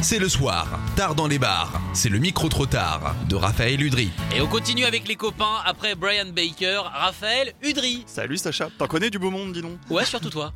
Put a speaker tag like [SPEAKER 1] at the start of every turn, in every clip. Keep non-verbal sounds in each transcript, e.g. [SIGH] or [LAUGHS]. [SPEAKER 1] C'est le soir, tard dans les bars, c'est le micro trop tard de Raphaël Udry.
[SPEAKER 2] Et on continue avec les copains après Brian Baker, Raphaël Udry.
[SPEAKER 3] Salut Sacha, t'en connais du beau monde, dis donc.
[SPEAKER 2] Ouais, surtout toi.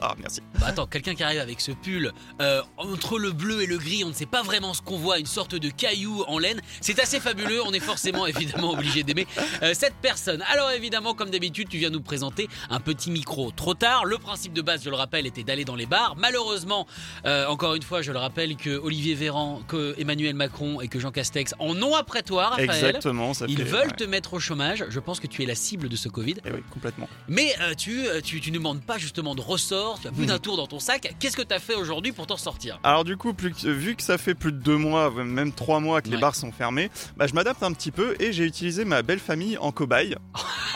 [SPEAKER 3] Ah, merci.
[SPEAKER 2] Bah attends, quelqu'un qui arrive avec ce pull euh, entre le bleu et le gris, on ne sait pas vraiment ce qu'on voit, une sorte de caillou en laine. C'est assez fabuleux, on est forcément [LAUGHS] évidemment obligé d'aimer euh, cette personne. Alors évidemment, comme d'habitude, tu viens nous présenter un petit micro trop tard. Le principe de base, je le rappelle, était d'aller dans les bars. Malheureusement, euh, encore une fois, je le rappelle que Olivier Véran, que Emmanuel Macron et que Jean Castex en ont après toi, Raphaël.
[SPEAKER 3] Exactement, ça
[SPEAKER 2] Ils
[SPEAKER 3] fait-
[SPEAKER 2] veulent
[SPEAKER 3] ouais.
[SPEAKER 2] te mettre au chômage. Je pense que tu es la cible de ce Covid.
[SPEAKER 3] Eh oui, complètement.
[SPEAKER 2] Mais euh, tu, euh, tu, tu ne demandes pas justement de ressort, tu as plus d'un tour dans ton sac. Qu'est-ce que tu as fait aujourd'hui pour t'en sortir
[SPEAKER 3] Alors du coup, plus que- vu que ça fait plus de deux mois, même trois mois que les
[SPEAKER 2] Ouais.
[SPEAKER 3] bars sont fermés, bah, je m'adapte un petit peu et j'ai utilisé ma belle famille
[SPEAKER 2] [LAUGHS]
[SPEAKER 3] en cobaye,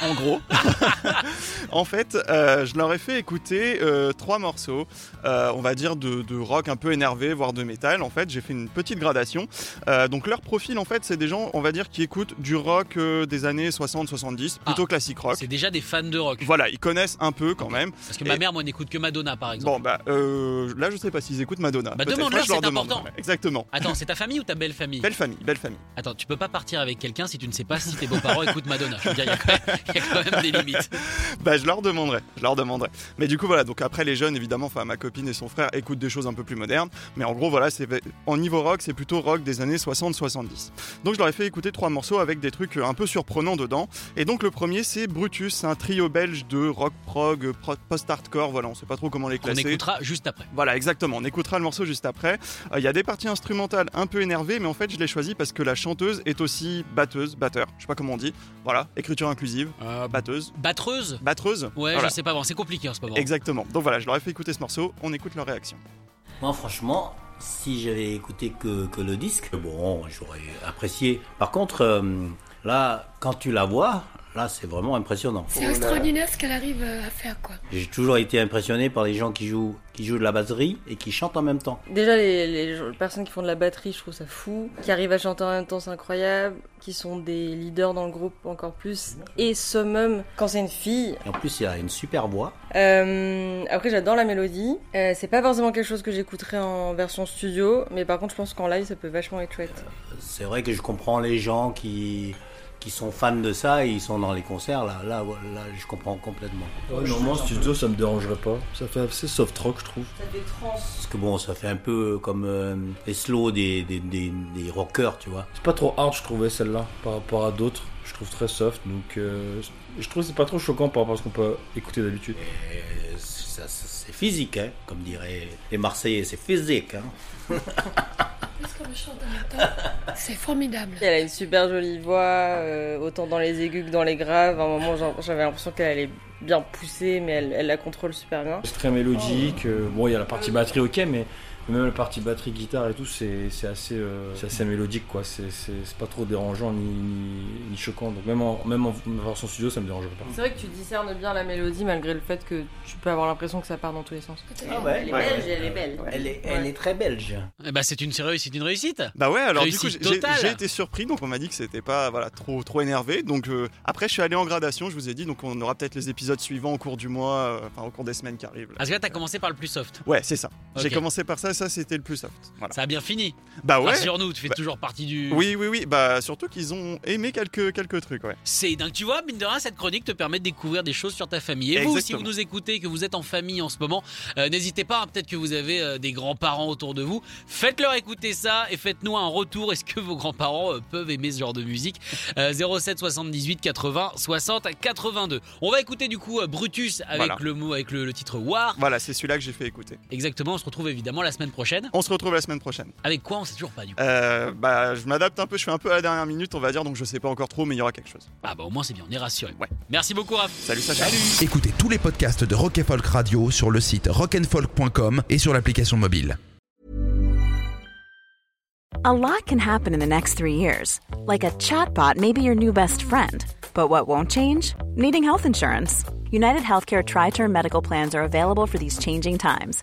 [SPEAKER 3] en gros. [LAUGHS] en fait, euh, je leur ai fait écouter euh, trois morceaux, euh, on va dire de, de rock un peu énervé, voire de métal. En fait, j'ai fait une petite gradation. Euh, donc leur profil, en fait, c'est des gens, on va dire, qui écoutent du rock euh, des années 60-70, plutôt
[SPEAKER 2] Ah.
[SPEAKER 3] classique rock.
[SPEAKER 2] C'est déjà des fans de rock.
[SPEAKER 3] Voilà, ils connaissent un peu quand même.
[SPEAKER 2] Parce que ma
[SPEAKER 3] Et-
[SPEAKER 2] mère, moi, n'écoute que Madonna, par exemple.
[SPEAKER 3] Bon, bah euh, là, je sais pas s'ils écoutent Madonna.
[SPEAKER 2] Bah,
[SPEAKER 3] Peut-être,
[SPEAKER 2] demande-leur,
[SPEAKER 3] moi, je leur
[SPEAKER 2] c'est
[SPEAKER 3] demande.
[SPEAKER 2] important.
[SPEAKER 3] Ouais, Exactement.
[SPEAKER 2] Attends, c'est ta famille ou ta belle famille
[SPEAKER 3] Belle famille, belle famille.
[SPEAKER 2] Attends, tu peux pas partir avec quelqu'un si tu ne sais pas si tes beaux-parents écoutent Madonna. Je veux dire, il y, a quand même- il y a quand même des limites.
[SPEAKER 3] Bah, je leur demanderai, je leur demanderai. Mais du coup, voilà, donc après, les jeunes, évidemment, enfin, ma copine et son frère écoutent des choses un peu plus modernes. Mais en gros, voilà, c'est en niveau rock, c'est plutôt rock des années 60-70. Donc, je leur ai fait écouter trois morceaux avec des trucs euh, un peu surprenants dedans. Et donc, le premier, c'est Brutus, c'est un trio belge de rock prog, euh, pro- post-hardcore, voilà, on sait pas trop comment les
[SPEAKER 2] Qu'on
[SPEAKER 3] classer.
[SPEAKER 2] écoutera juste après.
[SPEAKER 3] Voilà, exactement. On écoutera le morceau juste après. Euh, Il y a des parties instrumentales un peu énervées, mais en fait, je l'ai choisi parce que la chanteuse est aussi batteuse, batteur. Je sais pas comment on dit. Voilà, écriture inclusive, batteuse,
[SPEAKER 2] Battreuse
[SPEAKER 3] battreuse.
[SPEAKER 2] Euh, Ouais,
[SPEAKER 3] Voilà.
[SPEAKER 2] je sais pas, bon, c'est compliqué en ce moment.
[SPEAKER 3] Exactement. Donc voilà, je leur ai fait écouter ce morceau. On écoute leur réaction.
[SPEAKER 4] Moi, franchement, si j'avais écouté que, que le disque, bon, j'aurais apprécié. Par contre, euh, là, quand tu la vois, là, c'est vraiment impressionnant.
[SPEAKER 5] C'est extraordinaire ce qu'elle arrive euh, à faire, quoi.
[SPEAKER 4] J'ai toujours été impressionné par les gens qui jouent, qui jouent de la batterie et qui chantent en même temps.
[SPEAKER 6] Déjà, les, les gens- les personnes qui font de la batterie, je trouve ça fou. Qui arrivent à chanter en même temps, c'est incroyable. Qui sont des leaders dans le groupe encore plus. Et summum, quand c'est une fille.
[SPEAKER 4] Et en plus, il a une super voix.
[SPEAKER 6] Euh, après, j'adore la mélodie. Euh, c'est pas forcément quelque chose que j'écouterais en version studio. Mais par contre, je pense qu'en live, ça peut vachement être chouette.
[SPEAKER 4] C'est vrai que je comprends les gens qui, qui sont fans de ça et ils sont dans les concerts. Là, là, là je comprends complètement.
[SPEAKER 7] Ouais, normalement, studio, ça me dérangerait pas. Ça fait assez soft rock, je trouve.
[SPEAKER 6] Ça fait trans.
[SPEAKER 4] Parce que bon, ça fait un peu comme euh, les slow des, des, des, des rockers, tu vois.
[SPEAKER 7] C'est pas trop hard, je trouvais celle-là, par rapport à d'autres. Je trouve très soft, donc euh, je trouve que c'est pas trop choquant par rapport à ce qu'on peut écouter d'habitude.
[SPEAKER 4] Et ça, ça, Euh, c'est physique, hein, comme diraient les Marseillais, c'est physique. Hein.
[SPEAKER 5] Parce qu'on chante en même temps. C'est formidable.
[SPEAKER 6] Elle a une super jolie voix, euh, autant dans les aigus que dans les graves. À un moment, j'en- j'avais l'impression qu'elle allait bien pousser, mais elle- elle la contrôle super bien.
[SPEAKER 7] C'est très mélodique. euh, bon, il y a la partie batterie, ok, mais même la partie batterie, guitare et tout, c'est c'est assez, euh, c'est assez mélodique, quoi. C'est- C'est c'est pas trop dérangeant ni, ni, ni choquant. Donc même en, même en version studio, ça me dérangerait pas.
[SPEAKER 6] C'est vrai que tu discernes bien la mélodie malgré le fait que tu peux avoir l'impression que ça part dans tous les sens.
[SPEAKER 4] Ah ouais,
[SPEAKER 6] elle est belle.
[SPEAKER 4] Elle, est, elle est très belge.
[SPEAKER 2] Eh ben, c'est une sérieuse, c'est une réussite.
[SPEAKER 3] Bah ouais, alors
[SPEAKER 2] Réussite
[SPEAKER 3] du coup, j'ai- j'ai-
[SPEAKER 2] totale.
[SPEAKER 3] j'ai été surpris. Donc on m'a dit que c'était pas voilà trop trop énervé. Donc euh, après, je suis allé en gradation. Je vous ai dit. Donc on aura peut-être les épisodes suivants au cours du mois, euh, enfin au cours des semaines qui arrivent. là.
[SPEAKER 2] Parce que là, Ah, t'as commencé par le plus soft.
[SPEAKER 3] Ouais, c'est ça. J'ai
[SPEAKER 2] Ok.
[SPEAKER 3] commencé par ça. Ça, c'était le plus soft. Voilà.
[SPEAKER 2] Ça a bien fini.
[SPEAKER 3] Bah ouais.
[SPEAKER 2] Rassure-nous, tu fais
[SPEAKER 3] Bah-
[SPEAKER 2] toujours partie du.
[SPEAKER 3] Oui, oui, oui. Bah surtout qu'ils ont aimé quelques quelques trucs. Ouais.
[SPEAKER 2] C'est dingue, tu vois, mine de rien, cette chronique te permet de découvrir des choses sur ta famille. Et vous, si vous
[SPEAKER 3] Exactement.
[SPEAKER 2] nous écoutez, que vous êtes en famille en ce moment, euh, n'hésitez pas, hein, peut-être que vous avez euh, des grands-parents autour de vous, faites-leur écouter ça et faites-nous un retour. Est-ce que vos grands-parents euh, peuvent aimer ce genre de musique Euh, 07 78 80 60 82. On va écouter du coup euh, Brutus avec
[SPEAKER 3] Voilà.
[SPEAKER 2] le mot, avec le, le titre War.
[SPEAKER 3] Voilà, c'est celui-là que j'ai fait écouter.
[SPEAKER 2] Exactement, on se retrouve évidemment la semaine semaine prochaine.
[SPEAKER 3] On se retrouve la semaine prochaine.
[SPEAKER 2] Avec quoi on sait toujours pas du coup.
[SPEAKER 3] Euh, bah, je m'adapte un peu, je fais un peu à la dernière minute, on va dire, donc je sais pas encore trop, mais il y aura quelque chose.
[SPEAKER 2] Ah bah au moins c'est bien, on est rassuré.
[SPEAKER 3] Ouais.
[SPEAKER 2] Merci beaucoup Raph.
[SPEAKER 3] Salut Sacha.
[SPEAKER 1] Écoutez tous les podcasts de Rock and Folk Radio sur le site rockandfolk.com et sur l'application mobile.
[SPEAKER 6] A lot can happen in the next three years. Like a chatbot may be your new best friend. But what won't change? Needing health insurance. United Healthcare Tri Term Medical Plans are available for these changing times.